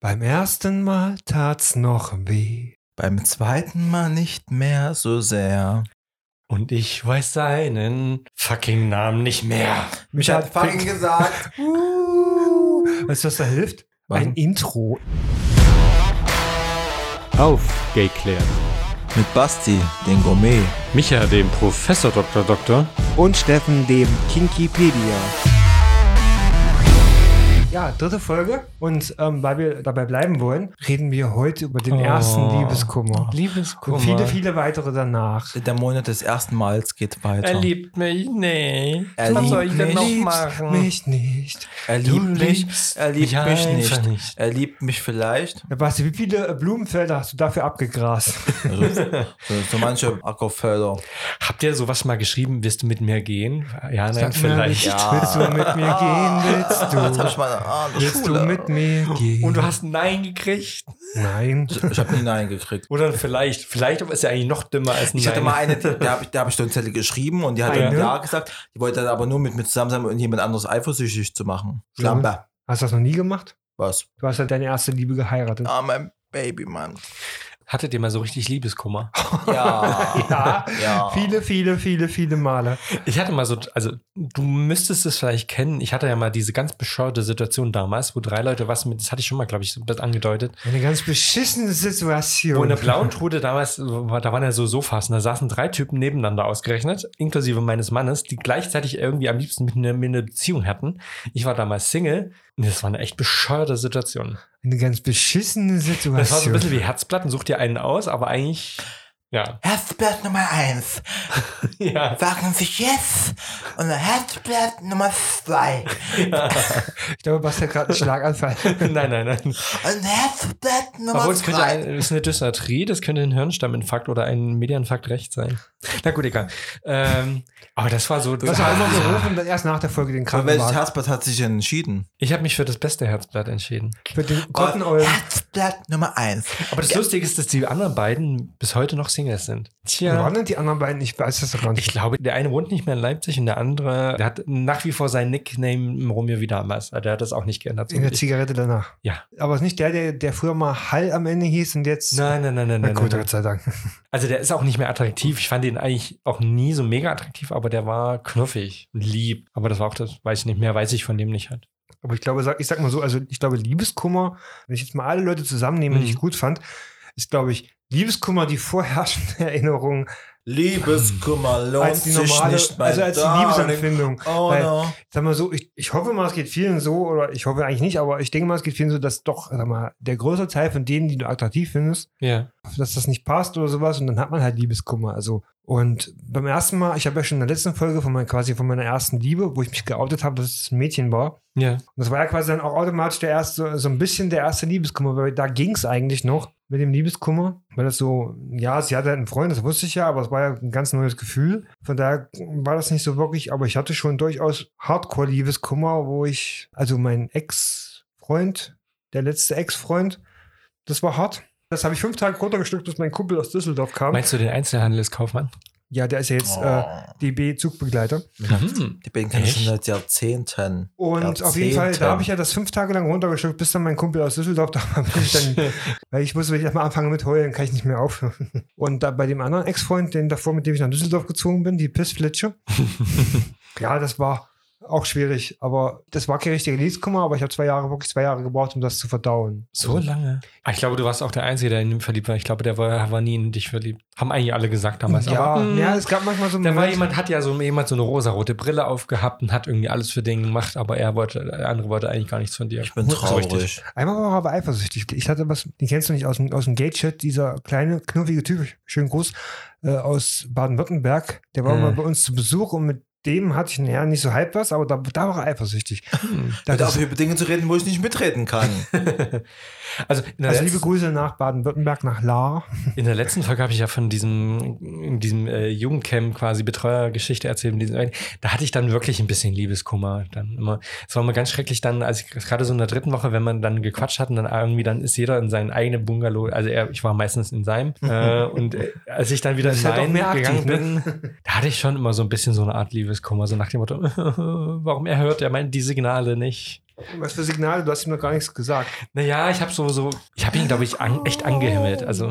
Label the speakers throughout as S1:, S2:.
S1: Beim ersten Mal tat's noch weh.
S2: Beim zweiten Mal nicht mehr so sehr.
S3: Und ich weiß seinen fucking Namen nicht mehr.
S2: Mich hat fucking gesagt. Uh.
S1: Weißt du, was da hilft? Ein
S2: Ein
S1: Intro.
S3: Auf Gayclair.
S2: Mit Basti, den Gourmet.
S3: Micha, dem Professor Dr. Doktor.
S4: und Steffen dem Kinkipedia.
S1: Ja, dritte Folge. Und ähm, weil wir dabei bleiben wollen, reden wir heute über den
S3: Oh.
S1: ersten Liebeskummer.
S3: Liebeskummer.
S1: Und viele, viele weitere danach.
S2: Der Monat des ersten Mals geht weiter.
S3: Er liebt mich nicht.
S2: Er
S3: Was
S2: liebt
S3: soll ich denn
S2: mich.
S3: noch
S2: Liebst
S3: machen?
S1: Mich nicht. Äh,
S2: er
S3: Du
S2: liebt mich.
S3: liebst
S2: Er liebt
S3: mich
S2: mich
S3: einfach
S2: nicht.
S3: nicht.
S2: Er liebt mich vielleicht.
S1: Ja, Basti, wie viele äh, Blumenfelder hast du dafür abgegrast?
S2: Also, so, so manche Ackerfelder.
S3: Habt ihr sowas mal geschrieben? Wirst du mit mir gehen? Ja, nein,
S1: Sag mir
S3: vielleicht.
S1: nicht, Willst du mit mir gehen? Willst
S2: Das Ah,
S1: du?
S2: hab ich mal ah, in der
S1: Willst
S2: Schule.
S1: du mit mir gehen?
S3: Und du hast ein Nein gekriegt?
S1: Nein.
S2: Ich- Ich habe nie Nein gekriegt.
S3: Oder vielleicht. Vielleicht aber ist ja eigentlich noch dümmer als ein
S2: Ich
S3: Nein.
S2: hatte mal eine, da habe ich, da hab ich so eine Zelle geschrieben und die hat dann
S1: Eine?
S2: Ja gesagt. Die wollte dann aber nur mit mir zusammen sein, um jemand anderes eifersüchtig zu machen. Schlampe.
S1: Hast du das noch nie gemacht?
S2: Was?
S1: Du hast halt deine erste Liebe geheiratet.
S2: Ah, mein Baby, Mann.
S3: Hattet ihr mal so richtig Liebeskummer?
S2: Ja.
S1: Ja.
S3: Oh.
S2: ja.
S1: Viele, viele, viele, viele Male.
S3: Ich hatte mal so, also du müsstest es vielleicht kennen. Ich hatte ja mal diese ganz bescheuerte Situation damals, wo drei Leute was mit, das hatte ich schon mal, glaube ich, so das angedeutet,
S1: Eine ganz beschissene Situation.
S3: Wo in der blauen Trude damals, äh, war- da waren ja so Sofas und da saßen drei Typen nebeneinander ausgerechnet, inklusive meines Mannes, die gleichzeitig irgendwie am liebsten mit einer mit einer Beziehung hatten. Ich war damals Single und das war eine echt bescheuerte Situation.
S1: Eine ganz beschissene
S3: Das war so ein
S1: Situation.
S3: bisschen wie Herzplatten, such dir einen aus, aber eigentlich, ja.
S2: Herzblatt Nummer 1.
S3: ja.
S2: Wagen sich jetzt und Herzblatt Nummer 2.
S1: ich glaube, Basti hat gerade einen Schlaganfall.
S3: nein, nein, nein.
S2: Und Herzblatt
S3: Obwohl, es könnte ein, es ist eine Dysarthrie, das könnte ein Hirnstamminfarkt oder ein Medianinfarkt recht sein. Na gut, egal. Ähm, aber das war so.
S1: Das war immer so hoch und dann erst nach der Folge den
S2: Für welches
S1: Krankenwagen.
S2: Herzblatt hat sich denn entschieden?
S3: Ich habe mich für das beste Herzblatt entschieden.
S1: Für den Kottenolm.
S2: Herzblatt Nummer 1.
S3: Aber das Lustige ist, dass die anderen beiden bis heute noch Singles sind.
S1: Waren denn die anderen beiden? Ich weiß das doch gar
S3: Ich
S1: nicht.
S3: glaube, der eine wohnt nicht mehr in Leipzig und der andere, der hat nach wie vor seinen Nickname Romeo wie damals. Also Der hat das auch nicht geändert. so
S1: In der
S3: wie ich.
S1: Zigarette danach.
S3: Ja.
S1: Aber es ist nicht der, der, der früher mal Hall am Ende hieß und jetzt.
S3: Nein, nein, nein, nein,
S1: Na
S3: nein,
S1: gut,
S3: nein.
S1: Gott sei Dank.
S3: Also der ist auch nicht mehr attraktiv. Ich fand ihn eigentlich auch nie so mega attraktiv, aber der war knuffig und lieb. Aber das war auch das, weiß ich nicht mehr, weiß ich von dem nicht halt.
S1: Aber ich glaube, sag- ich sag mal so, also ich glaube, Liebeskummer, wenn ich jetzt mal alle Leute zusammennehme, die
S3: Mhm.
S1: ich gut fand, ist, glaube ich, Liebeskummer die vorherrschende Erinnerung
S2: Liebeskummer lohnt
S1: als die
S2: sich
S1: normale,
S2: nicht, mein
S1: also als die
S2: Darling.
S1: Liebesempfindung.
S2: Oh
S1: Weil-
S2: no.
S1: Sag mal so, ich, ich hoffe mal, es geht vielen so, oder ich hoffe eigentlich nicht, aber ich denke mal, es geht vielen so, dass doch, sag mal, der größere Teil von denen, die du attraktiv findest,
S3: Ja.
S1: dass das nicht passt oder sowas und dann hat man halt Liebeskummer. Also, und beim ersten Mal, ich habe ja schon in der letzten Folge von meiner, quasi von meiner ersten Liebe, wo ich mich geoutet habe, dass es ein Mädchen war,
S3: Ja.
S1: Und das war ja quasi dann auch automatisch der erste, so ein bisschen der erste Liebeskummer, weil da ging es eigentlich noch mit dem Liebeskummer, weil das so, ja, sie hatte halt einen Freund, das wusste ich ja, aber es war ja ein ganz neues Gefühl. Von daher war das nicht so wirklich, aber ich hatte schon durchaus Hardcore-Liebeskummer, wo ich, also mein Ex-Freund, der letzte Ex-Freund, das war hart. Das habe ich fünf Tage runtergeschluckt, bis mein Kumpel aus Düsseldorf kam.
S3: Meinst du den Einzelhandelskaufmann?
S1: ja, der ist ja jetzt äh,
S2: Oh.
S1: DB-Zugbegleiter.
S3: Mhm.
S2: Die beiden kennen ich schon
S3: Echt?
S2: seit Jahrzehnten.
S1: Und auf jeden Fall, da habe ich ja das fünf Tage lang runtergeschluckt, bis dann mein Kumpel aus Düsseldorf da war. Bin ich dann Weil ich muss, wenn ich erstmal anfange mit heulen, kann ich nicht mehr aufhören. Und da bei dem anderen Ex-Freund, den davor, mit dem ich nach Düsseldorf gezogen bin, die Pissflitsche. ja, das war auch schwierig, aber das war kein richtiger Liebeskummer, aber ich habe zwei Jahre, wirklich zwei Jahre gebraucht, um das zu verdauen.
S3: So lange. Ah, Ich glaube, du warst auch der Einzige, der in ihn verliebt war. Ich glaube, der war, war nie in dich verliebt. Haben eigentlich alle gesagt damals.
S1: ja,
S3: aber, mh,
S1: ja, es gab manchmal so einen
S3: da war
S1: Moment-
S3: jemand, hat ja so jemand so eine rosarote Brille aufgehabt und hat irgendwie alles für den gemacht, aber er wollte, der andere wollte eigentlich gar nichts von dir.
S2: Ich bin traurig.
S1: Einmal war er aber eifersüchtig. Ich hatte was, den kennst du nicht aus dem, aus dem Gate-Chat, dieser kleine, knuffige Typ, schönen Gruß, äh, aus Baden-Württemberg. Der war
S3: Hm.
S1: mal bei uns zu Besuch und mit dem hatte ich ja, nicht so halb was, aber da, da war er eifersüchtig.
S3: Hm.
S1: Da
S2: Hört
S1: das,
S2: auf, über Dinge zu reden, wo ich nicht mitreden kann.
S3: Also, in der,
S1: also
S3: letzten,
S1: liebe Grüße nach Baden-Württemberg, nach Lahr.
S3: in der letzten Folge habe ich ja von diesem, in diesem äh, Jugendcamp quasi Betreuergeschichte erzählt. mit diesem- Da hatte ich dann wirklich ein bisschen Liebeskummer. Dann immer. Es war immer ganz schrecklich dann, als ich gerade so in der dritten Woche, wenn man dann gequatscht hat und dann irgendwie, dann ist jeder in seinen eigenen Bungalow, also er, ich war meistens in seinem. Äh, und äh, als ich dann wieder in
S1: ist halt auch
S3: meinen
S1: mehr aktiv,
S3: gegangen
S1: ne?
S3: bin, Da hatte ich schon immer so ein bisschen so eine Art Liebeskummer, so nach dem Motto, warum erhört er meine die Signale nicht?
S1: Was für Signale? Du hast ihm noch gar nichts gesagt.
S3: Naja, ich habe sowieso, ich habe ihn, glaube ich, an, echt angehimmelt. Also,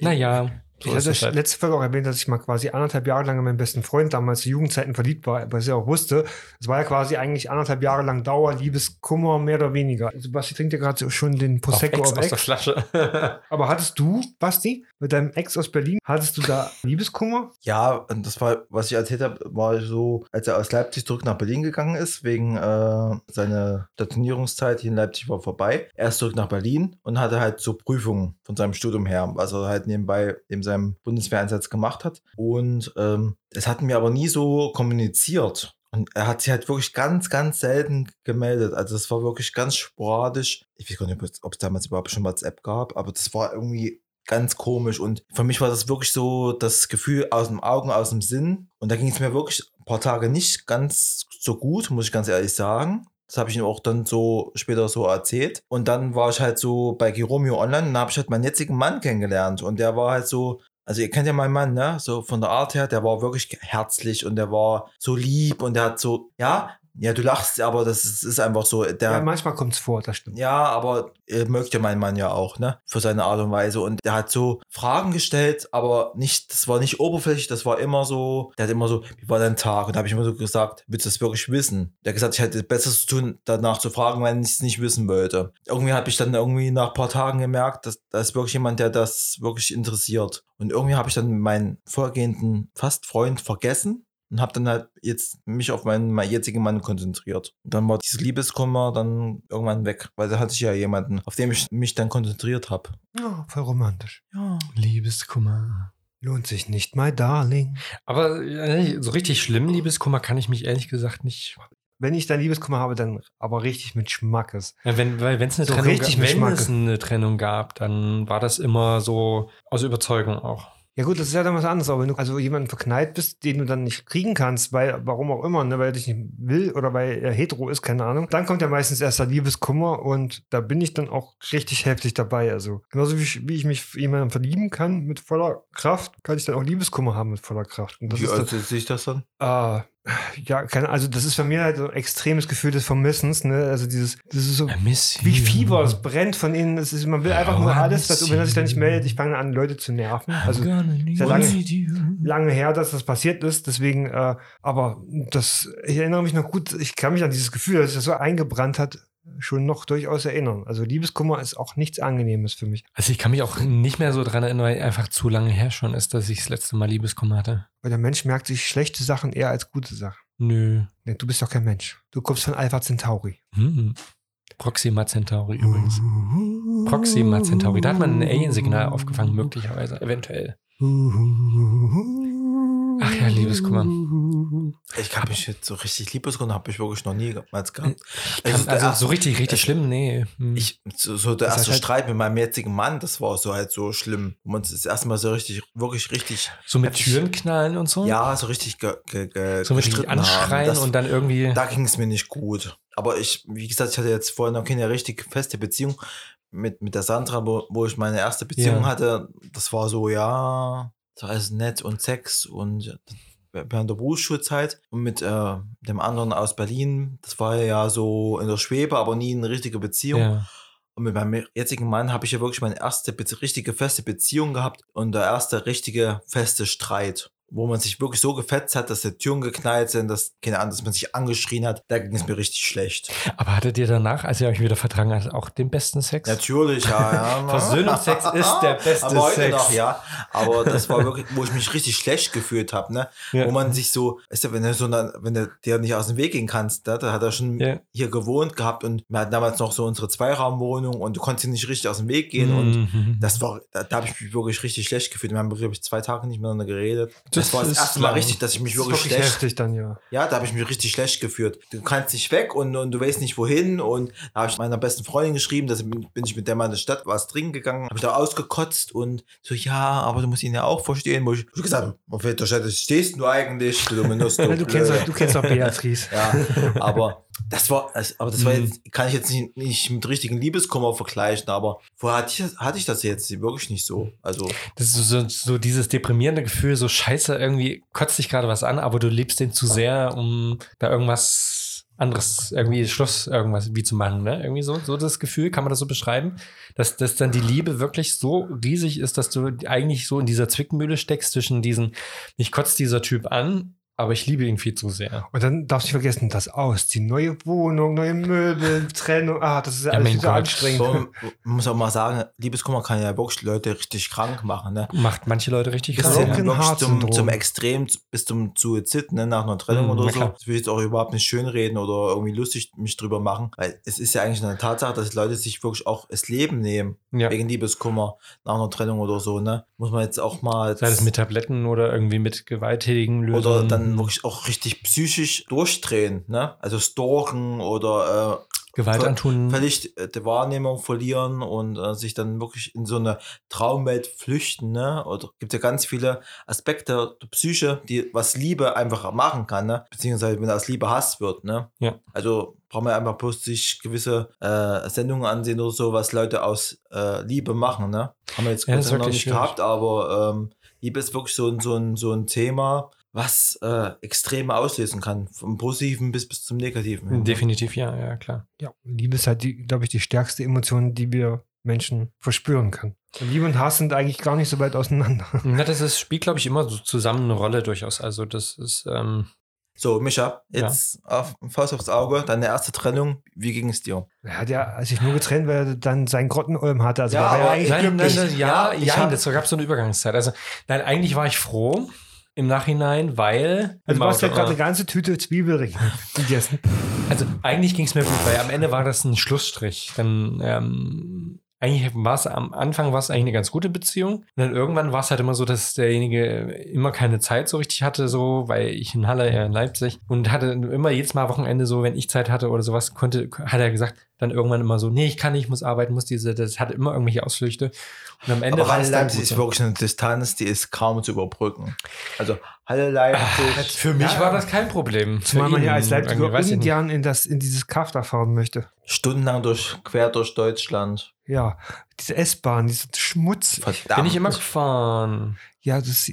S3: naja. So
S1: Ich
S3: ist
S1: hatte
S3: es halt.
S1: letzte Folge auch erwähnt, dass ich mal quasi anderthalb Jahre lang an meinen besten Freund damals zu Jugendzeiten verliebt war, was ich auch wusste. Es war ja quasi eigentlich anderthalb Jahre lang Dauer, Liebeskummer, mehr oder weniger. Also Basti trinkt ja gerade schon den
S3: Auf
S1: Prosecco
S3: Ex
S1: auf
S3: aus der
S1: Ex.
S3: Flasche.
S1: Aber hattest du, Basti, mit deinem Ex aus Berlin, hattest du da Liebeskummer?
S2: Ja, und das war, was ich erzählt habe, war so, als er aus Leipzig zurück nach Berlin gegangen ist, wegen äh, seiner Stationierungszeit hier in Leipzig war vorbei. Er ist zurück nach Berlin und hatte halt so Prüfungen von seinem Studium her, was er halt nebenbei in seinem Bundeswehreinsatz gemacht hat. Und ähm, das hatten wir aber nie so kommuniziert. Und er hat sich halt wirklich ganz, ganz selten gemeldet. Also es war wirklich ganz sporadisch. Ich weiß gar nicht, ob es damals überhaupt schon WhatsApp gab, aber das war irgendwie ganz komisch. Und für mich war das wirklich so das Gefühl aus dem Augen, aus dem Sinn. Und da ging es mir wirklich ein paar Tage nicht ganz so gut, muss ich ganz ehrlich sagen. Das habe ich ihm auch dann so später so erzählt. Und dann war ich halt so bei Giromeo online und da habe ich halt meinen jetzigen Mann kennengelernt. Und der war halt so, also ihr kennt ja meinen Mann, ne? So von der Art her, der war wirklich herzlich und der war so lieb und der hat so, ja, ja, du lachst, aber das ist, ist einfach so. Der,
S1: Ja, manchmal kommt es vor, das stimmt.
S2: ja, aber äh, mögt ja mein Mann ja auch, ne? Für seine Art und Weise. Und er hat so Fragen gestellt, aber nicht, das war nicht oberflächlich, das war immer so, der hat immer so, wie war dein Tag? Und da habe ich immer so gesagt, willst du das wirklich wissen? Der hat gesagt, ich hätte Besseres zu tun, danach zu fragen, wenn ich es nicht wissen wollte. Irgendwie habe ich dann irgendwie nach ein paar Tagen gemerkt, dass da ist wirklich jemand, der das wirklich interessiert. Und irgendwie habe ich dann meinen vorgehenden fast Freund vergessen und habe dann halt jetzt mich auf meinen, meinen jetzigen Mann konzentriert. Und dann war dieses Liebeskummer dann irgendwann weg, weil da hatte ich ja jemanden, auf den ich mich dann konzentriert habe.
S1: Ja, Oh, voll romantisch.
S2: Ja.
S3: Liebeskummer.
S1: Lohnt sich nicht, my darling.
S3: Aber äh, so richtig schlimm, Liebeskummer, kann ich mich ehrlich gesagt nicht.
S1: Wenn ich dann Liebeskummer habe, dann aber richtig mit Schmackes.
S3: Ja, wenn weil wenn es eine
S1: So
S3: Trennung,
S1: richtig
S3: ga-
S1: mit
S3: wenn
S1: Schmack.
S3: es eine Trennung gab, dann war das immer so aus Überzeugung auch.
S1: Ja gut, das ist ja dann was anderes, aber wenn du also jemanden verknallt bist, den du dann nicht kriegen kannst, weil warum auch immer, ne, weil er dich nicht will oder weil er hetero ist, keine Ahnung, dann kommt ja meistens erst der Liebeskummer und da bin ich dann auch richtig heftig dabei. Also genauso wie ich, wie ich mich jemandem verlieben kann mit voller Kraft, kann ich dann auch Liebeskummer haben mit voller Kraft. Und das
S2: Wie
S1: ist dann,
S2: äußert sich das dann?
S1: Ah, ja, keine, also das ist bei mir halt so ein extremes Gefühl des Vermissens, ne? Also dieses, das ist so
S3: Miss
S1: wie Fieber, es brennt von innen. Es ist, man will einfach nur alles, dass, und wenn er sich dann nicht meldet, ich fange an, Leute zu nerven. Also
S3: genau.
S1: sehr lange- lange her, dass das passiert ist. Deswegen, äh, aber das, ich erinnere mich noch gut, ich kann mich an dieses Gefühl, dass sich das so eingebrannt hat, schon noch durchaus erinnern. Also Liebeskummer ist auch nichts Angenehmes für mich.
S3: Also ich kann mich auch nicht mehr so dran erinnern, weil einfach zu lange her schon ist, dass ich das letzte Mal Liebeskummer hatte.
S1: Weil der Mensch merkt sich schlechte Sachen eher als gute Sachen.
S3: Nö.
S1: Nee, Du bist doch kein Mensch. Du kommst von Alpha Centauri.
S3: Hm. Proxima Centauri übrigens. Proxima Centauri. Da hat man ein Alien-Signal aufgefangen, möglicherweise, eventuell. Ach ja, Liebeskummer.
S2: Ich habe mich jetzt so richtig Liebeskummer habe ich wirklich noch nie damals gehabt.
S3: Kann,
S2: Also,
S3: also,
S2: der-
S3: so richtig, richtig
S2: äh,
S3: schlimm, nee. Hm.
S2: Ich, so, so der
S1: Das
S2: erste
S1: heißt halt-
S2: Streit mit meinem jetzigen Mann, das war so halt so schlimm. Und uns das erste Mal so richtig, wirklich richtig,
S3: so mit
S2: hab ich-
S3: Türen knallen und so?
S2: ja, so richtig ge, ge, ge,
S3: So mit richtig
S2: gestritten haben.
S3: anschreien
S2: Das-
S3: und dann irgendwie.
S2: Da ging es mir nicht gut. Aber ich, wie gesagt, ich hatte jetzt vorhin noch keine richtig feste Beziehung mit, mit der Sandra, wo, wo ich meine erste Beziehung
S3: Ja.
S2: hatte. Das war so, ja, das war alles nett und Sex und während der Berufsschulzeit. Und mit äh, dem anderen aus Berlin, das war ja so in der Schwebe, aber nie eine richtige Beziehung.
S3: ja.
S2: Und mit meinem jetzigen Mann habe ich ja wirklich meine erste be- richtige feste Beziehung gehabt und der erste richtige feste Streit, wo man sich wirklich so gefetzt hat, dass die Türen geknallt sind, dass, keine Ahnung, dass man sich angeschrien hat. Da ging es mir richtig schlecht.
S3: Aber hattet ihr danach, als ihr euch wieder vertragen habt, auch den besten Sex?
S2: Natürlich, ja. ja.
S3: Versöhnungsex ist der beste
S2: Aber heute
S3: Sex.
S2: Noch, ja. Aber das war wirklich, wo ich mich richtig schlecht gefühlt habe, ne?
S3: Ja.
S2: Wo man sich so, weißt du, wenn du so eine, wenn du dir nicht aus dem Weg gehen kannst, ne? da hat er schon
S3: Ja.
S2: hier gewohnt gehabt und wir hatten damals noch so unsere Zweiraumwohnung und du konntest ihm nicht richtig aus dem Weg gehen und
S3: Mhm.
S2: Das war, da, da habe ich mich wirklich richtig schlecht gefühlt. Wir haben, glaube ich, zwei Tage nicht miteinander geredet. Das,
S3: Das
S2: war das
S3: ist
S2: erste Mal
S3: lang.
S2: richtig, dass ich mich
S1: Das ist
S2: wirklich
S1: wirklich
S2: schlecht.
S1: heftig dann, ja.
S2: Ja, da habe ich mich richtig schlecht gefühlt. Du kannst nicht weg und, und du weißt nicht wohin. Und da habe ich meiner besten Freundin geschrieben, dass bin bin ich mit der mal in die Stadt was trinken gegangen, habe ich da ausgekotzt und so, ja, aber du musst ihn ja auch verstehen. Wo ich, wo ich gesagt habe, auf welcher Seite stehst du eigentlich? Du Dominus,
S1: Ja, Du kennst,
S2: Blöde.
S1: doch- du kennst doch Beatrice.
S2: Ja, aber das war, das- aber das war
S3: Mhm.
S2: jetzt, kann ich jetzt nicht, nicht mit richtigen Liebeskummer vergleichen, aber vorher hatte ich, das- hatte ich das jetzt wirklich nicht so. Also,
S3: Das ist so, so dieses deprimierende Gefühl, so scheiße, irgendwie kotzt dich gerade was an, aber du liebst den zu sehr, um da irgendwas anderes, irgendwie Schluss irgendwas wie zu machen, ne? Irgendwie so, so das Gefühl, kann man das so beschreiben, dass, dass dann die Liebe wirklich so riesig ist, dass du eigentlich so in dieser Zwickmühle steckst zwischen diesen, mich kotzt dieser Typ an, aber ich liebe ihn viel zu sehr.
S1: Und dann darfst du nicht vergessen, das Ausziehen, neue Wohnung, neue Möbel, Trennung. Ah, das ist ja
S3: Ja,
S1: alles
S3: mein
S1: so
S3: Gott.
S1: anstrengend.
S2: So, man muss auch mal sagen, Liebeskummer kann ja wirklich Leute richtig krank machen. Ne?
S3: Macht manche Leute richtig
S2: Bis
S1: Ja,
S3: krass.
S1: Broken
S2: hin
S1: ja.
S3: Ja.
S2: wirklich
S1: Heart
S2: zum,
S1: Syndrom.
S2: zum Extrem, z- bis zum Suizid, ne, nach einer Trennung
S3: Mhm, na
S2: oder so.
S3: klar.
S2: Das will ich jetzt auch überhaupt nicht schönreden oder irgendwie lustig mich drüber machen, weil es ist ja eigentlich eine Tatsache, dass Leute sich wirklich auch das Leben nehmen,
S3: Ja.
S2: wegen Liebeskummer, nach einer Trennung oder so, ne. Muss man jetzt auch mal.
S3: Sei das mit Tabletten oder irgendwie mit gewalttätigen Lösungen.
S2: oder dann wirklich auch richtig psychisch durchdrehen, ne? Also stalken oder äh,
S3: Gewalt
S2: Ver-
S3: antun.
S2: völlig äh, die Wahrnehmung verlieren und äh, sich dann wirklich in so eine Traumwelt flüchten. Ne? Oder gibt ja ganz viele Aspekte der Psyche, die was Liebe einfach machen kann, ne? beziehungsweise wenn das Liebe Hass wird. Ne?
S3: Ja.
S2: Also braucht man einfach bloß sich gewisse äh, Sendungen ansehen oder so, was Leute aus äh, Liebe machen. Ne? Haben wir jetzt
S3: Ja,
S2: Gott
S3: das
S2: sei Dank
S3: ist
S2: noch
S3: wirklich
S2: nicht
S3: schwierig.
S2: gehabt, aber ähm, Liebe ist wirklich so ein, so ein, so ein Thema, was äh, Extreme auslösen kann, vom Positiven bis, bis zum Negativen. hin.
S3: Definitiv, ja, ja, klar.
S1: Ja, Liebe ist halt, glaube ich, die stärkste Emotion, die wir Menschen verspüren können. Liebe und Hass sind eigentlich gar nicht so weit auseinander.
S3: Na, das ist, spielt, glaube ich, immer so zusammen eine Rolle durchaus. Also, das ist, ähm,
S2: So, Micha, jetzt auf Faust aufs Auge, deine erste Trennung. Wie ging es dir?
S1: Er hat ja, als ich nur getrennt werde, dann seinen Grottenulm hatte. Also
S2: Ja,
S1: war er ja
S2: aber-
S1: eigentlich
S3: Nein, nein,
S1: glücklich.
S3: nein, ja,
S2: Ja,
S3: ja,
S2: ich hab-
S3: das gab so eine Übergangszeit. Also, nein, eigentlich war ich froh im Nachhinein, weil.
S1: also
S3: im
S1: du hast ja
S3: Auto-
S1: gerade eine ganze Tüte Zwiebelringe gegessen.
S3: Also eigentlich ging es mir gut, weil am Ende war das ein Schlussstrich. Dann ähm, eigentlich war es am Anfang war es eigentlich eine ganz gute Beziehung. Und dann irgendwann war es halt immer so, dass derjenige immer keine Zeit so richtig hatte, so, weil ich in Halle, er in Leipzig und hatte immer jedes Mal Wochenende so, wenn ich Zeit hatte oder sowas, konnte, hat er gesagt, dann irgendwann immer so, nee, ich kann nicht, ich muss arbeiten, muss diese, das hatte immer irgendwelche Ausflüchte. Und am Ende
S2: Aber
S3: war
S2: Halle
S3: es dann
S2: Leipzig
S3: gut.
S2: ist
S3: so.
S2: wirklich eine Distanz, die ist kaum zu überbrücken. Also Ah, Halle Leipzig.
S3: Für mich war das kein Problem.
S1: Zumal
S3: Für
S1: man
S3: ihn
S1: ja als Leipziger
S3: irgendwie, weiß ich nicht.
S1: Indian in, das, in dieses Kaff da fahren möchte.
S2: stundenlang durch, quer durch Deutschland.
S1: Ja, diese S-Bahn, diesen Schmutz.
S2: Verdammt.
S3: Bin ich immer gefahren.
S1: Ja, das ist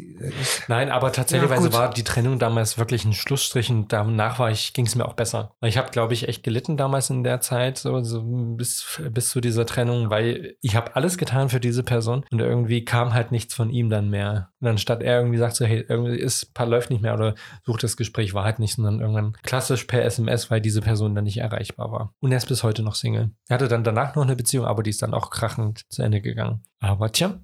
S3: Nein, aber tatsächlich
S1: Ja, gut.
S3: war die Trennung damals wirklich ein Schlussstrich und danach war ich, ging es mir auch besser. Ich habe, glaube ich, echt gelitten damals in der Zeit, so, so bis, bis zu dieser Trennung, weil ich habe alles getan für diese Person und irgendwie kam halt nichts von ihm dann mehr. Und anstatt er irgendwie sagt so, hey, irgendwie ist, pa- läuft nicht mehr oder sucht das Gespräch, war halt nicht, sondern irgendwann klassisch per SMS, weil diese Person dann nicht erreichbar war. Und er ist bis heute noch Single. Er hatte dann danach noch eine Beziehung, aber die ist dann auch krachend zu Ende gegangen. Aber tja,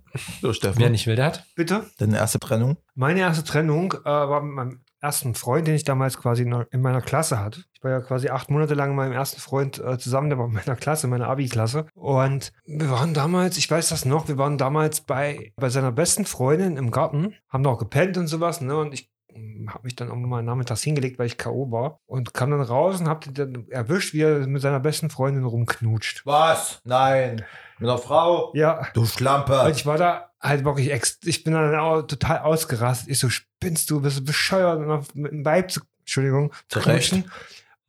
S2: So, Steffen,
S1: Mhm.
S3: wer nicht will, der hat.
S1: Bitte?
S2: deine erste Trennung.
S1: Meine erste Trennung äh, war mit meinem ersten Freund, den ich damals quasi in, in meiner Klasse hatte. Ich war ja quasi acht Monate lang mit meinem ersten Freund äh, zusammen, der war in meiner Klasse, meiner Abi-Klasse. Und wir waren damals, ich weiß das noch, wir waren damals bei, bei seiner besten Freundin im Garten, haben da auch gepennt und sowas, ne? Und ich habe mich dann irgendwann mal nachmittags hingelegt, weil ich K.O. war und kam dann raus und hab den dann erwischt, wie er mit seiner besten Freundin rumknutscht.
S2: Was? Nein. Mit einer Frau?
S1: Ja,
S2: Du
S1: Und
S2: Schlampe.
S1: ich war da halt wirklich, ex ich bin dann auch total ausgerastet. Ich so, spinnst du, bist du bescheuert? Und auf, mit dem Weib zu, Entschuldigung, zu
S2: Zurecht.
S1: knutschen.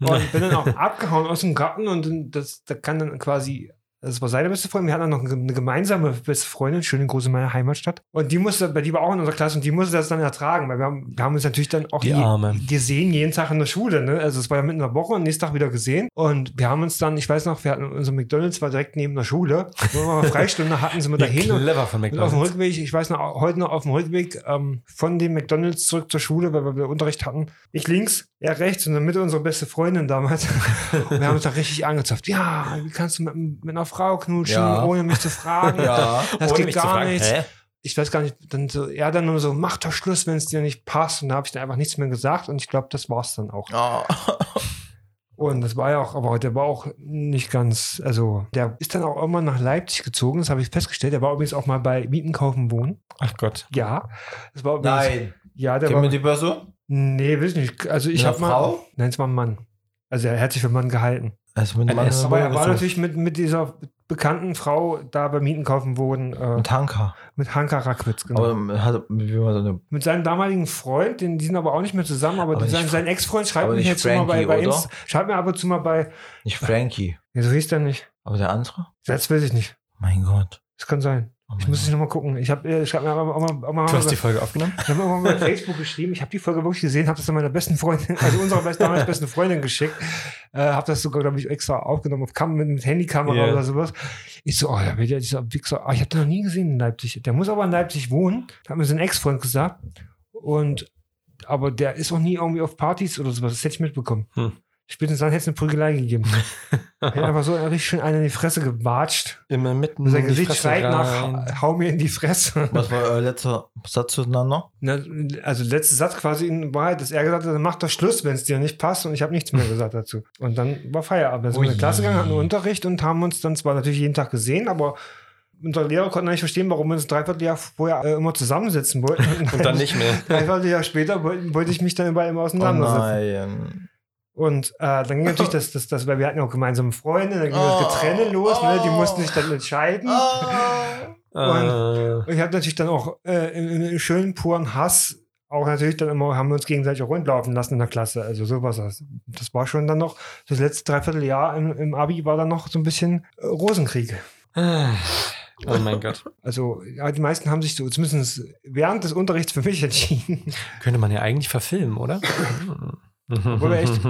S1: Und bin dann auch abgehauen aus dem Garten und dann- das, da kann dann quasi, das war seine beste Freundin, wir hatten dann noch eine- eine gemeinsame beste Freundin, schöne Grüße in meiner Heimatstadt. Und die musste, bei die war auch in unserer Klasse und die musste das dann ertragen, weil wir haben, wir haben uns natürlich dann auch
S3: Die
S1: je-
S3: Arme.
S2: Ähm.
S1: gesehen jeden Tag in der Schule. Ne? Also es war ja mitten in der Woche und nächsten Tag wieder gesehen. Und wir haben uns dann, ich weiß noch, wir hatten unser McDonalds war direkt neben der Schule. Wenn wir mal Freistunde hatten, sind wir
S3: Wie
S1: dahin und
S3: clever von
S1: und auf
S3: McDonald's.
S1: dem Rückweg, ich weiß noch, heute noch auf dem Rückweg ähm, von dem McDonalds zurück zur Schule, weil wir Unterricht hatten. Ich links, er rechts und in der Mitte unsere beste Freundin damals. Und wir haben uns da richtig angezapft. Ja, wie kannst du mit, mit einer Frau knutschen,
S2: Ja.
S1: ohne mich zu fragen?
S2: Ja.
S1: Das
S3: Ohne
S1: geht
S3: mich zu
S1: gar
S3: fragen.
S1: nicht.
S3: Hä?
S1: Ich weiß gar nicht, dann so, er dann nur so, mach doch Schluss, wenn es dir nicht passt. Und da habe ich dann einfach nichts mehr gesagt und ich glaube, das war's dann auch.
S2: Ah.
S1: Und das war ja auch, aber der war auch nicht ganz, also der ist dann auch irgendwann nach Leipzig gezogen, das habe ich festgestellt. Der war übrigens auch mal bei Mieten kaufen wohnen.
S3: Ach Gott.
S1: Ja, das war übrigens-
S2: Nein.
S1: Ja, der
S2: Kennen wir
S1: war.
S2: die Person?
S1: Nee, weiß nicht. Also ich
S2: Mit
S1: habe
S2: einer
S1: mal.
S2: Frau?
S1: Nein, es war ein Mann. Also er hat sich für einen Mann gehalten.
S2: Also mit
S3: Ein Essen.
S1: Aber er war natürlich
S2: natürlich
S1: mit, mit dieser bekannten Frau da beim Mietenkaufen wurden, äh,
S2: mit Hanka.
S1: mit Hanka Rakwitz, genau.
S2: Aber man hat, wie man so eine
S1: mit seinem damaligen Freund, den, die sind aber auch nicht mehr zusammen, aber,
S2: Aber
S1: sein,
S2: nicht-
S1: sein Ex-Freund schreibt
S2: aber
S1: mir
S2: nicht
S1: jetzt immer bei,
S2: Frankie,
S1: bei
S2: oder?
S1: Insta, schreibt mir ab und zu mal bei,
S2: Nicht Frankie,
S1: ja, so hieß der nicht.
S2: aber der andere?
S1: Das weiß ich nicht.
S2: Mein Gott.
S1: Das kann sein. Ich muss es nochmal gucken. Ich habe äh, ich hab mir auch mal, auch mal, auch mal,
S3: Du hast die
S1: ich
S3: Folge aufgenommen?
S1: hab mir auch mal bei Facebook geschrieben. Ich habe die Folge wirklich gesehen, habe das an meiner besten Freundin, also unserer besten, damals besten Freundin geschickt. Äh, habe das sogar, glaube ich, extra aufgenommen auf Kam mit, mit Handykamera
S3: Ja.
S1: oder sowas. Ich so, oh, ja, wird ja dieser Wichser. Ah, ich habe den noch nie gesehen in Leipzig. Der muss aber in Leipzig wohnen. Hat mir so ein Ex-Freund gesagt. Und aber der ist auch nie irgendwie auf Partys oder sowas. Das hätte ich mitbekommen.
S3: Hm.
S1: Spätestens dann hätte es eine Prügelei gegeben. Er hat einfach so richtig schön einen in die Fresse gewatscht.
S3: Immer mitten.
S1: Und sein
S3: in die
S1: Gesicht
S3: Fresse
S1: schreit
S3: rein.
S1: nach, hau mir in die Fresse.
S2: Was war euer letzter Satz zueinander?
S1: Na, also letzter Satz quasi in Wahrheit, dass er gesagt hat, mach doch Schluss, wenn es dir nicht passt. Und ich habe nichts mehr gesagt dazu. Und dann war Feierabend. Dann sind wir in die
S3: Ui.
S1: Klasse gegangen, hatten Unterricht und haben uns dann zwar natürlich jeden Tag gesehen, aber unser Lehrer konnte nicht verstehen, warum wir uns ein Dreivierteljahr vorher äh, immer zusammensitzen wollten.
S3: Und dann nicht mehr.
S1: Ein Dreivierteljahr später wollte, wollte ich mich dann über ihm
S2: Oh
S1: auseinandersetzen.
S2: nein.
S1: Und äh, dann ging natürlich das, das, das, weil wir hatten ja auch gemeinsame Freunde, dann ging
S2: Oh,
S1: das Getrenne los, ne? die
S2: oh.
S1: mussten sich dann entscheiden.
S2: Ah.
S3: Und
S1: Und ich habe natürlich dann auch äh, in, in schönen puren Hass auch natürlich dann immer, haben wir uns gegenseitig auch rundlaufen lassen in der Klasse. Also sowas. Das, das war schon dann noch, das letzte Dreivierteljahr im, im Abi war dann noch so ein bisschen äh, Rosenkrieg.
S3: Oh mein Gott.
S1: Also ja, die meisten haben sich so zumindest während des Unterrichts für mich entschieden.
S3: Könnte man ja eigentlich verfilmen, oder? Mhm.
S1: wir echt-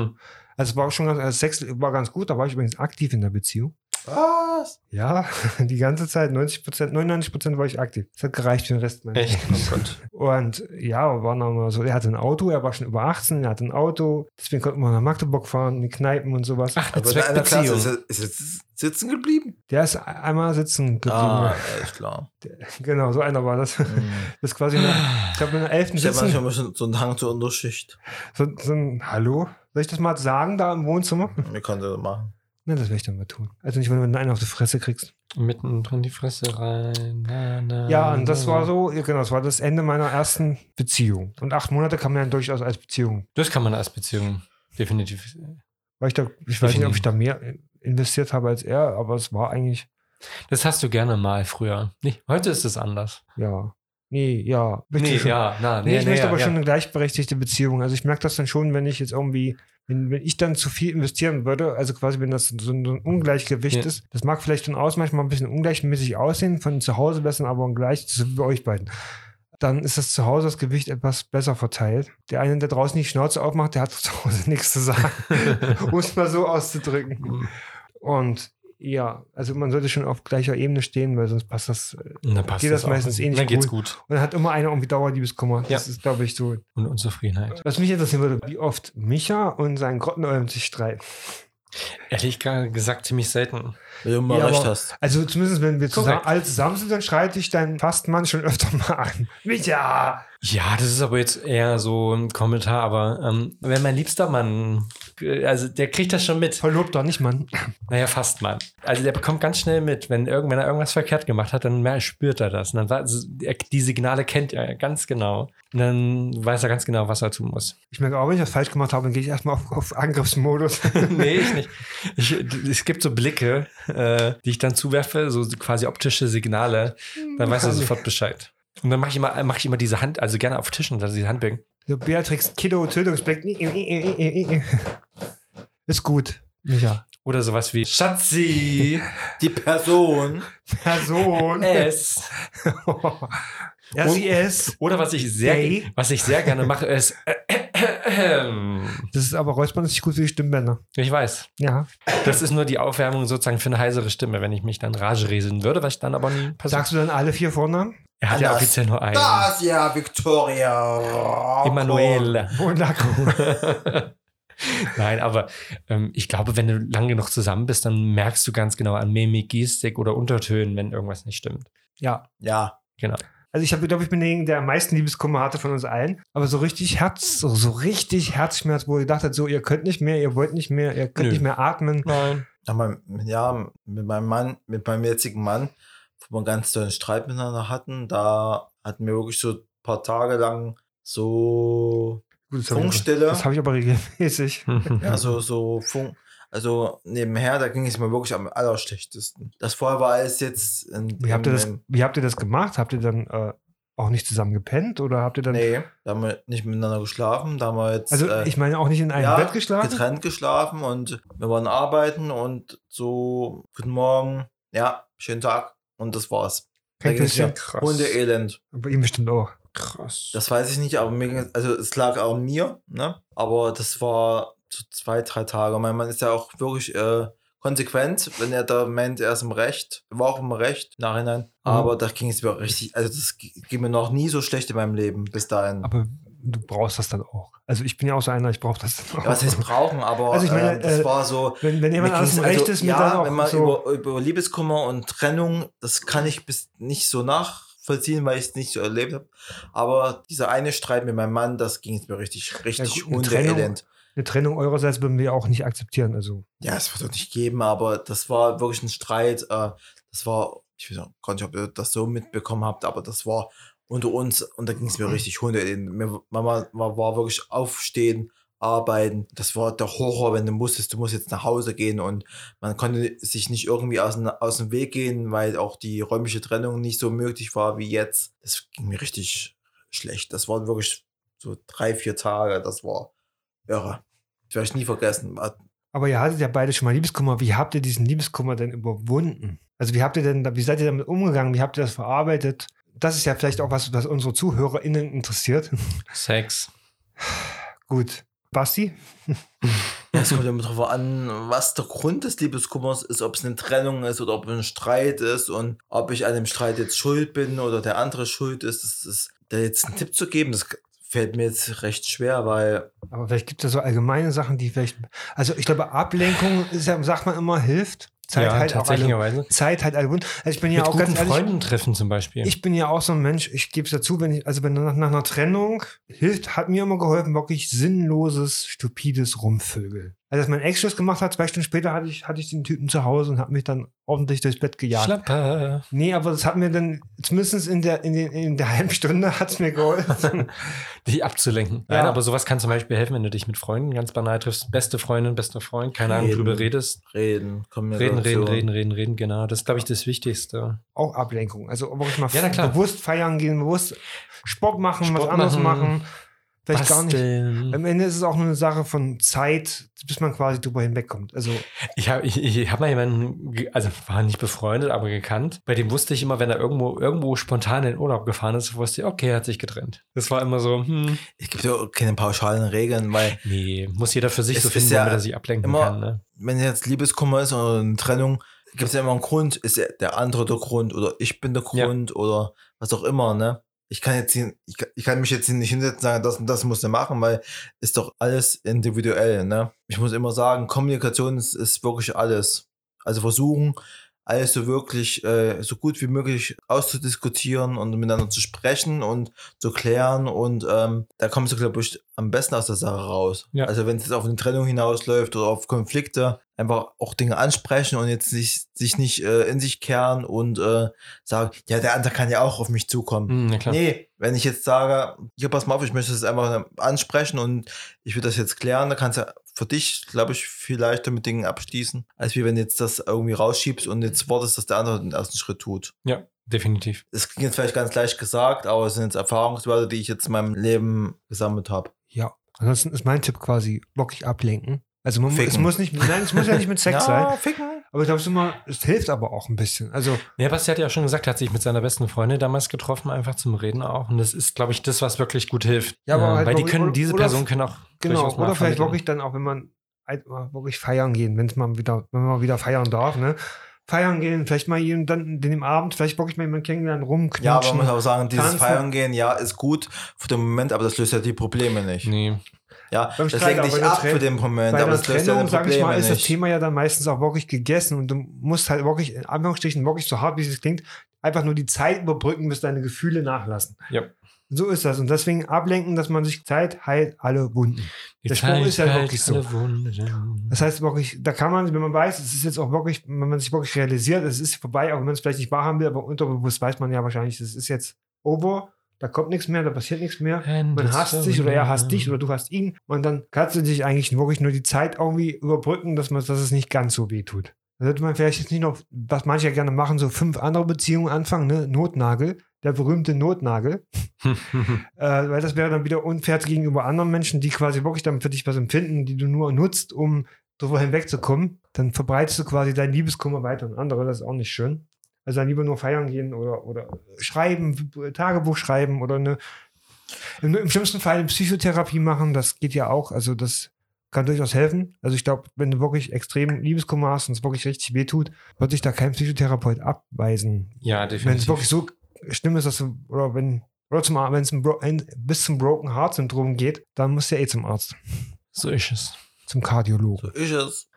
S1: Also es war auch schon ganz, also Sex war ganz gut, da war ich übrigens aktiv in der Beziehung.
S2: Was?
S1: Ja, die ganze Zeit, 90 Prozent, 99 Prozent war ich aktiv. Das hat gereicht für den Rest meines
S3: Echt? Oh Gott.
S1: Und ja, wir waren nochmal so, er hatte ein Auto, er war schon über 18, er hatte ein Auto, deswegen konnten wir nach Magdeburg fahren, in die Kneipen und sowas.
S3: Ach, eine
S2: Aber in einer Klasse ist
S3: Zweckbeziehung.
S2: er, ist er sitzen geblieben?
S1: Der ist einmal sitzen geblieben.
S2: Ah, alles klar.
S1: Genau, so einer war das.
S2: Mhm.
S1: Das ist quasi, eine, ich habe in der 11.
S2: Ich also habe
S1: sitzen,
S2: manchmal schon so einen Hang zur Unterschicht.
S1: so, so ein, hallo? Soll ich das mal sagen, da im Wohnzimmer?
S2: Wir können Hm, das machen.
S1: Na, das werde ich dann mal tun. Also nicht, wenn du einen auf die Fresse kriegst.
S3: Mitten in die Fresse rein. Na, na,
S1: Ja, und das
S3: na.
S1: war so, ja, genau, das war das Ende meiner ersten Beziehung. Und acht Monate kann man dann durchaus als Beziehung.
S3: Das kann man als Beziehung definitiv.
S1: Weil ich da, ich weiß nicht, ob ich da mehr investiert habe als er, aber es war eigentlich
S3: Das hast du gerne mal früher. Nee, heute ist es anders.
S1: Ja. Nee, ja.
S3: Nee,
S1: schon.
S3: ja, na,
S1: Nee,
S3: nee,
S1: ich
S3: nee,
S1: möchte
S3: ja,
S1: aber
S3: ja.
S1: schon eine gleichberechtigte Beziehung. Also ich merke das dann schon, wenn ich jetzt irgendwie, wenn, wenn ich dann zu viel investieren würde, also quasi wenn das so ein, so ein Ungleichgewicht
S3: Ja.
S1: ist, das mag vielleicht von außen manchmal ein bisschen ungleichmäßig aussehen, von zu Hause besser, aber gleich, das ist wie bei euch beiden. Dann ist das zu Hause das Gewicht etwas besser verteilt. Der eine, der draußen die Schnauze aufmacht, der hat zu Hause nichts zu sagen, um es mal so auszudrücken.
S3: Hm.
S1: Und ja, also man sollte schon auf gleicher Ebene stehen, weil sonst passt das
S3: Und dann passt
S1: Geht das
S3: auch.
S1: meistens eh nicht
S3: Dann geht's gut.
S1: und dann hat immer einer irgendwie Dauerliebeskummer. Das ist, glaube ich, so.
S3: Und Unzufriedenheit.
S1: Was mich interessieren würde, wie oft Micha und sein Grottenolm sich streiten.
S3: Ehrlich gesagt, ziemlich selten.
S2: Wenn du immer
S1: Ja,
S2: recht
S1: aber-
S2: hast.
S1: Also zumindest, wenn wir zusammen,
S3: Korrekt.
S1: alle zusammen sind, dann schreite ich deinen Fastmann schon öfter mal an. Micha!
S3: Ja, das ist aber jetzt eher so ein Kommentar, aber ähm, wenn mein liebster Mann, äh, also der kriegt das schon mit.
S1: Verlobter, nicht Mann.
S3: Naja, fast Mann. Also der bekommt ganz schnell mit, wenn, irgend, wenn er irgendwas verkehrt gemacht hat, dann mer- spürt er das. Und dann weiß, er, die Signale kennt er ganz genau. Und dann weiß er ganz genau, was er tun muss.
S1: Ich merke auch, wenn ich was falsch gemacht habe, dann gehe ich erstmal auf, auf Angriffsmodus.
S3: nee, ich nicht. Ich, es gibt so Blicke, äh, die ich dann zuwerfe, so quasi optische Signale. Dann weiß er sofort Bescheid. Und dann mache ich, immer- mach ich immer diese Hand, also gerne auf Tischen, also diese Handbewegung.
S1: So Beatrix Kiddo, Tötungsblick. Ist gut, Micha.
S3: Oder sowas wie Schatzi,
S2: Die Person.
S1: Person. Äh.
S3: es.
S1: ja, sie ist.
S3: Oder was ich sehr,
S1: Gay.
S3: was ich sehr gerne mache, ist. Äh, äh, äh,
S1: Das ist aber Räuspern ist nicht gut für die Stimmbänder.
S3: ich weiß.
S1: Ja.
S3: Das ist nur die Aufwärmung sozusagen für eine heisere Stimme, wenn ich mich dann Rage reden würde, was ich dann aber nie passiert.
S1: Sagst du dann alle vier Vornamen?
S3: Er hat ja
S2: Anders.
S3: offiziell nur einen.
S2: Dasia, Victoria.
S3: Emanuel.
S1: Monaco.
S3: Nein, aber ähm, ich glaube, wenn du lange genug zusammen bist, dann merkst du ganz genau an Mimik, Gestik oder Untertönen, wenn irgendwas nicht stimmt.
S1: Ja.
S2: Ja.
S3: Genau.
S1: Also ich habe, glaube ich, bin derjenige, der am meisten Liebeskummer hatte von uns allen. Aber so richtig Herz, so, so richtig Herzschmerz, wo ihr dachtet, so ihr könnt nicht mehr, ihr wollt nicht mehr, ihr könnt
S3: Nö.
S1: nicht mehr atmen.
S3: Nein.
S2: Aber, ja, mit meinem Mann, mit meinem jetzigen Mann, wo wir einen ganz tollen Streit miteinander hatten, da hatten wir wirklich so ein paar Tage lang so
S1: Gut, das habe ich, aber-
S2: Funkstille.
S1: das hab ich aber regelmäßig.
S2: Ja, so, so Funk. Also nebenher, da ging es mir wirklich am allerschlechtesten. Das vorher war alles jetzt. In,
S1: Wie habt, ihr
S2: in-
S1: das, wie habt ihr das gemacht? Habt ihr dann äh, auch nicht zusammen gepennt oder habt ihr dann.
S2: Nee, da haben wir nicht miteinander geschlafen. Da haben wir jetzt
S1: Also
S2: äh,
S1: ich meine auch nicht in einem
S2: ja,
S1: Bett geschlafen?
S2: getrennt geschlafen und wir waren arbeiten und so, guten Morgen, ja, schönen Tag und das war's. Da
S1: Kein
S2: ging's ja eh-
S1: Küsschen. Krass.
S2: Hundeelend.
S1: Bei ihm bestimmt auch.
S3: Krass.
S2: Das weiß ich nicht, aber mir, ging- also es lag auch an mir, ne? Aber das war so zwei, drei Tage. Mein Mann ist ja auch wirklich äh, konsequent, wenn er da meint, er ist im Recht, war auch im Recht, im
S1: Mhm.
S2: nachhinein. Aber da ging es mir auch richtig, also das g- ging mir noch nie so schlecht in meinem Leben bis dahin.
S1: Aber du brauchst das dann auch. Also ich bin ja auch so einer, ich brauche das dann auch.
S2: Ja, was heißt brauchen, aber
S1: Also ich meine,
S2: äh, das
S1: äh,
S2: war so.
S1: wenn, wenn jemand
S2: mir
S1: alles
S2: ging's-
S1: im Recht
S2: also,
S1: ist, mir
S2: ja, wenn
S1: dann auch
S2: man
S1: so,
S2: über, über Liebeskummer und Trennung, das kann ich bis nicht so nachvollziehen, weil ich es nicht so erlebt habe. Aber dieser eine Streit mit meinem Mann, das ging es mir richtig, richtig
S1: Ja,
S2: ja,
S1: gut, eine Trennung-
S2: hundeelend.
S1: eine Trennung eurerseits würden wir auch nicht akzeptieren. Also
S2: Ja, es wird doch nicht geben, aber das war wirklich ein Streit. Äh, das war, ich weiß auch gar nicht, ob ihr das so mitbekommen habt, aber das war unter uns und da ging es mir richtig hundeelend. Mir, Mama war, war wirklich aufstehen, arbeiten. Das war der Horror, wenn du musstest, du musst jetzt nach Hause gehen und man konnte sich nicht irgendwie aus, den- aus dem Weg gehen, weil auch die räumliche Trennung nicht so möglich war wie jetzt. Das ging mir richtig schlecht. Das waren wirklich so drei, vier Tage. Das war irre. Das werde ich nie vergessen. War
S1: Aber ihr hattet ja beide schon mal Liebeskummer. Wie habt ihr diesen Liebeskummer denn überwunden? Also wie habt ihr denn, wie seid ihr damit umgegangen? Wie habt ihr das verarbeitet? Das ist ja vielleicht auch was, was unsere ZuhörerInnen interessiert.
S3: Sex.
S1: Gut. Basti?
S2: Ja, es kommt immer drauf an, was der Grund des Liebeskummers ist, ob es eine Trennung ist oder ob es ein Streit ist und ob ich an dem Streit jetzt schuld bin oder der andere schuld ist. Das ist da jetzt einen Tipp zu geben, das fällt mir jetzt recht schwer, weil
S1: Aber vielleicht gibt es ja so allgemeine Sachen, die vielleicht. Also ich glaube, Ablenkung ist ja, sagt man immer, hilft. Zeit
S3: ja,
S1: halt auch alle,
S3: tatsächlicherweise.
S1: Zeit halt alle Wunden. Also ich bin ja
S3: Mit
S1: auch
S3: guten
S1: ganz ehrlich,
S3: Freunden treffen zum Beispiel.
S1: ich bin ja auch so ein Mensch, ich gebe es dazu, wenn ich, also wenn nach, nach einer Trennung hilft, hat mir immer geholfen, wirklich sinnloses, stupides Rumvögel. Also als mein Ex Schluss gemacht hat, zwei Stunden später hatte ich, hatte ich den Typen zu Hause und habe mich dann ordentlich durchs Bett gejagt.
S3: Schlappe.
S1: Nee, aber das hat mir dann, zumindest in der, in den, in der halben Stunde hat es mir geholfen.
S3: Dich abzulenken.
S1: Ja.
S3: Nein, aber sowas kann zum Beispiel helfen, wenn du dich mit Freunden ganz banal triffst. Beste Freundin, bester Freund, keine Ahnung,
S2: Reden.
S3: drüber redest.
S2: reden, kommen
S3: Reden, reden, reden, reden, reden, genau. Das ist, glaube ich, das Wichtigste.
S1: auch Ablenkung. Also wirklich mal
S3: Ja, na klar.
S1: bewusst feiern gehen, bewusst Sport machen, was
S3: Sport
S1: anderes
S3: machen,
S1: machen. Vielleicht gar nicht.
S3: Basteln.
S1: Am Ende ist es auch nur eine Sache von Zeit, bis man quasi drüber hinwegkommt. Also
S3: Ich habe ich, ich hab mal jemanden, ge- also war nicht befreundet, aber gekannt. Bei dem wusste ich immer, wenn er irgendwo, irgendwo spontan in Urlaub gefahren ist, wusste ich, okay, er hat sich getrennt. Das war immer so, hm,
S2: Es gibt ja auch keine pauschalen Regeln, weil
S3: nee, muss jeder für sich
S2: Es
S3: so finden,
S2: ist ja
S3: damit er sich ablenken
S2: immer-
S3: kann. Ne?
S2: wenn jetzt Liebeskummer ist oder eine Trennung, gibt es ja immer einen Grund. Ist ja der andere der Grund oder ich bin der
S3: Ja.
S2: Grund oder was auch immer, ne? Ich kann jetzt hier, ich, kann- ich kann mich jetzt hier nicht hinsetzen und sagen, das und das musst du machen, weil ist doch alles individuell, ne? Ich muss immer sagen, Kommunikation ist, ist wirklich alles. Also versuchen, alles so wirklich, äh, so gut wie möglich auszudiskutieren und miteinander zu sprechen und zu klären. Und ähm, da kommst du, glaube ich, am besten aus der Sache raus.
S3: Ja.
S2: Also wenn es jetzt auf eine Trennung hinausläuft oder auf Konflikte, einfach auch Dinge ansprechen und jetzt sich, sich nicht äh, in sich kehren und äh, sagen, ja, der andere kann ja auch auf mich zukommen.
S3: Hm, na klar.
S2: Nee, wenn ich jetzt sage, hier pass mal auf, ich möchte es einfach ansprechen und ich will das jetzt klären, dann kannst du für dich, glaube ich, viel leichter mit Dingen abschließen, als wie wenn du jetzt das irgendwie rausschiebst und jetzt wartest, dass der andere den ersten Schritt tut.
S3: Ja, definitiv.
S2: Es klingt jetzt vielleicht ganz leicht gesagt, aber es sind jetzt Erfahrungswerte, die ich jetzt in meinem Leben gesammelt habe.
S1: ja, ansonsten ist mein Tipp quasi wirklich ablenken. Also man, es
S2: Ficken.
S1: muss nicht, nein, es muss ja nicht mit Sex
S2: ja,
S1: sein.
S2: Ficken.
S1: Aber ich glaube immer, es hilft aber auch ein bisschen. Also
S3: Ja, Basti hat ja auch schon gesagt, er hat sich mit seiner besten Freundin damals getroffen, einfach zum Reden auch. Und das ist, glaube ich, das, was wirklich gut hilft.
S1: Ja, aber halt
S3: weil die
S1: wirklich-
S3: können,
S1: oder-
S3: diese
S1: oder-
S3: Personen können auch
S1: genau,
S3: durchaus mal
S1: oder vielleicht
S3: vermitteln.
S1: wirklich dann auch, wenn man halt mal wirklich feiern gehen, wenn es mal wieder, wenn man wieder feiern darf, ne? Feiern gehen, vielleicht mal jeden dann den im Abend, vielleicht wirklich mal jemanden kennenlernen,
S2: Ja, aber man
S1: rumknutschen.
S2: muss auch sagen, dieses
S1: Tanzen.
S2: Feiern gehen, ja, ist gut für den Moment, aber das löst ja die Probleme nicht.
S3: Nee.
S2: Ja,
S1: Beim
S2: das
S1: Streit,
S2: lenkt
S1: aber
S2: dich
S1: bei der
S2: ab
S1: Tren-
S2: für den Moment,
S1: Bei
S2: aber
S1: der
S2: das löst ja
S1: Trennung,
S2: die
S1: sag ich
S2: Probleme
S1: mal, ist das
S2: nicht.
S1: Thema ja dann meistens auch wirklich gegessen und du musst halt wirklich, in Anführungsstrichen, wirklich so hart, wie es klingt, einfach nur die Zeit überbrücken, bis deine Gefühle nachlassen.
S3: Ja.
S1: So ist das. Und deswegen ablenken, dass man sich Zeit heilt alle Wunden.
S3: Die
S1: Der Spruch
S3: Zeit
S1: ist ja
S3: heilt
S1: wirklich so.
S3: alle Wunden.
S1: Das heißt wirklich, da kann man, wenn man weiß, es ist jetzt auch wirklich, wenn man sich wirklich realisiert, es ist vorbei, auch wenn man es vielleicht nicht wahrhaben will, aber unterbewusst weiß man ja wahrscheinlich, es ist jetzt over, da kommt nichts mehr, da passiert nichts mehr. Man hasst sich oder er hasst dich oder du hasst ihn und dann kannst du dich eigentlich wirklich nur die Zeit irgendwie überbrücken, dass, man, dass es nicht ganz so weh tut. Da sollte man vielleicht jetzt nicht noch, was manche ja gerne machen, so fünf andere Beziehungen anfangen, ne? Notnagel, der berühmte Notnagel, äh, weil das wäre dann wieder unfair gegenüber anderen Menschen, die quasi wirklich dann für dich was empfinden, die du nur nutzt, um drüber hinwegzukommen. Dann verbreitest du quasi deinen Liebeskummer weiter an andere, das ist auch nicht schön. Also dann lieber nur feiern gehen oder, oder schreiben, Tagebuch schreiben oder eine, im, im schlimmsten Fall eine Psychotherapie machen, das geht ja auch. Also das kann durchaus helfen. Also ich glaube, wenn du wirklich extrem Liebeskummer hast und es wirklich richtig wehtut, wird dich da kein Psychotherapeut abweisen.
S3: Ja,
S1: Wenn es
S3: definitiv.
S1: wirklich so schlimm ist, dass du, oder wenn, oder zum Arzt, wenn es ein Bro- ein, bis zum Broken Heart Syndrom geht, dann musst du ja eh zum Arzt,
S3: So ist es.
S1: zum Kardiologen.
S2: Ist es.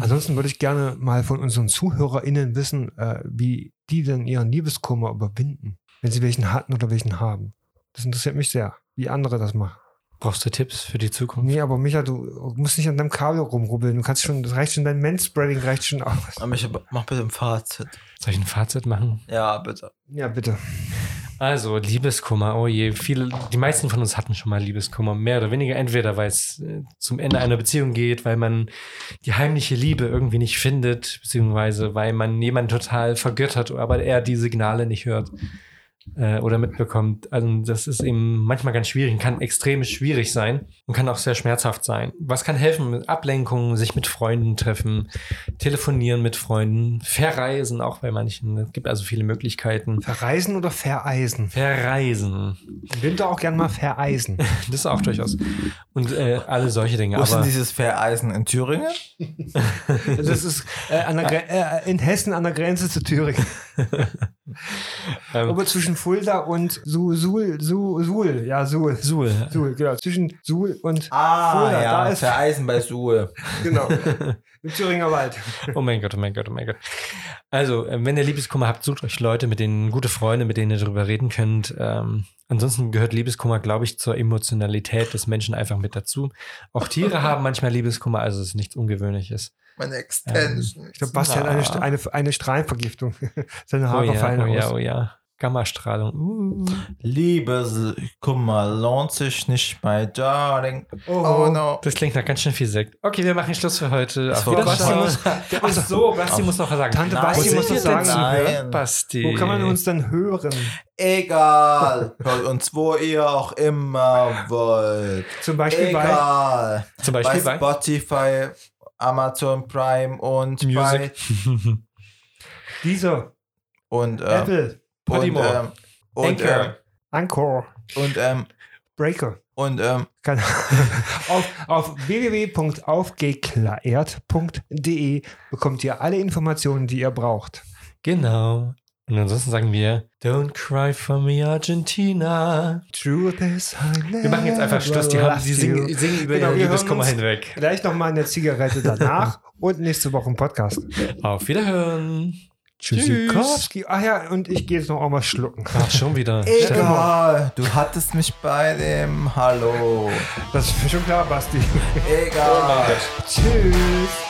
S1: Ansonsten würde ich gerne mal von unseren ZuhörerInnen wissen, äh, wie die denn ihren Liebeskummer überwinden, wenn sie welchen hatten oder welchen haben. Das interessiert mich sehr, wie andere das machen.
S3: Brauchst du Tipps für die Zukunft?
S1: Nee, aber Micha, du musst nicht an deinem Kabel rumrubbeln. Du kannst schon, das reicht schon, dein Manspreading reicht schon aus.
S2: Aber ich hab- mach bitte ein Fazit.
S3: Soll ich ein Fazit machen?
S2: Ja, bitte.
S1: Ja, bitte.
S3: Also, Liebeskummer, oh je, viele, die meisten von uns hatten schon mal Liebeskummer, mehr oder weniger. Entweder weil es äh, zum Ende einer Beziehung geht, weil man die heimliche Liebe irgendwie nicht findet, beziehungsweise weil man jemanden total vergöttert, aber er die Signale nicht hört äh, oder mitbekommt. Also, das ist eben manchmal ganz schwierig und kann extrem schwierig sein und kann auch sehr schmerzhaft sein. Was kann helfen? Ablenkung, sich mit Freunden treffen, telefonieren mit Freunden, verreisen auch bei manchen. Es gibt also viele Möglichkeiten.
S1: Verreisen oder vereisen?
S3: Verreisen.
S1: Im Winter auch gern mal vereisen.
S3: Das ist auch durchaus. Und äh, alle solche Dinge.
S2: Wo ist denn
S3: Aber
S2: dieses Vereisen in Thüringen?
S1: Also Das ist äh, an der Gre- äh, in Hessen an der Grenze zu Thüringen.
S3: Ähm.
S1: Aber zwischen Fulda und Su- Suhl, Su- Suhl, ja, Suhl.
S3: Suhl.
S1: Suhl, genau. Zwischen Suhl und
S2: Ah,
S1: Fulda,
S2: ja,
S1: da ist-
S2: Vereisen bei Suhl.
S1: genau. Im Thüringer Wald.
S3: Oh mein Gott, oh mein Gott, oh mein Gott. Also, äh, wenn ihr Liebeskummer habt, sucht euch Leute, mit denen gute Freunde, mit denen ihr darüber reden könnt. Ähm, ansonsten gehört Liebeskummer, glaube ich, zur Emotionalität des Menschen einfach mit dazu. Auch Tiere haben manchmal Liebeskummer, also es ist nichts Ungewöhnliches.
S2: Meine Extension.
S1: Ich glaube, Basti hat eine, St- eine, eine Strahlenvergiftung. Seine
S3: Ah. Oh
S1: Haare
S3: ja,
S1: fallen
S3: oh ja,
S1: aus.
S3: oh ja. Gammastrahlung. Uh.
S2: Liebeskummer lohnt sich nicht, my darling.
S1: Oh,
S2: no.
S3: Das klingt nach ganz schön viel Sekt. Okay, wir machen Schluss für heute.
S2: Das
S3: Auf
S2: war-
S3: Wiedersehen.
S1: Basti
S3: Ach so, Basti muss noch was sagen.
S1: Tante Basti
S3: Wo
S1: muss
S3: sind
S1: was
S3: wir denn
S1: sagen.
S2: Nein.
S3: Basti.
S1: Wo kann man uns denn hören?
S2: Egal. Hört uns, wo ihr auch immer wollt.
S1: Zum Beispiel bei.
S2: Egal.
S3: zum
S2: Bei
S3: Beispiel bei,
S2: Spotify, Amazon Prime und
S3: Music.
S1: Dieser,
S2: bei und ähm,
S1: Apple,
S2: und
S3: Podimo.
S2: ähm, und ähm,
S1: Anchor,
S3: Anchor.
S2: und ähm,
S1: Breaker.
S2: und ähm,
S1: Kann, auf auf www.aufgeklärt.de bekommt ihr alle Informationen, die ihr braucht.
S3: Genau. Und ansonsten sagen wir, don't cry for me, Argentina.
S1: Truth is I
S3: Wir machen jetzt einfach Schluss. Die, haben,
S1: left
S3: die singen,
S1: you.
S3: singen über
S1: Genau,
S3: ihr
S1: wir hören
S3: Liebeskummer
S1: uns.
S3: hinweg.
S1: Gleich nochmal eine Zigarette danach und nächste Woche im Podcast.
S3: Auf Wiederhören. Tschüss.
S1: Tschüssikowski. Ach ja, und ich gehe jetzt noch einmal schlucken.
S3: Ach, schon wieder.
S2: egal. Du hattest mich bei dem Hallo.
S1: Das ist mir schon klar, Basti.
S2: Egal.
S1: Tschüss.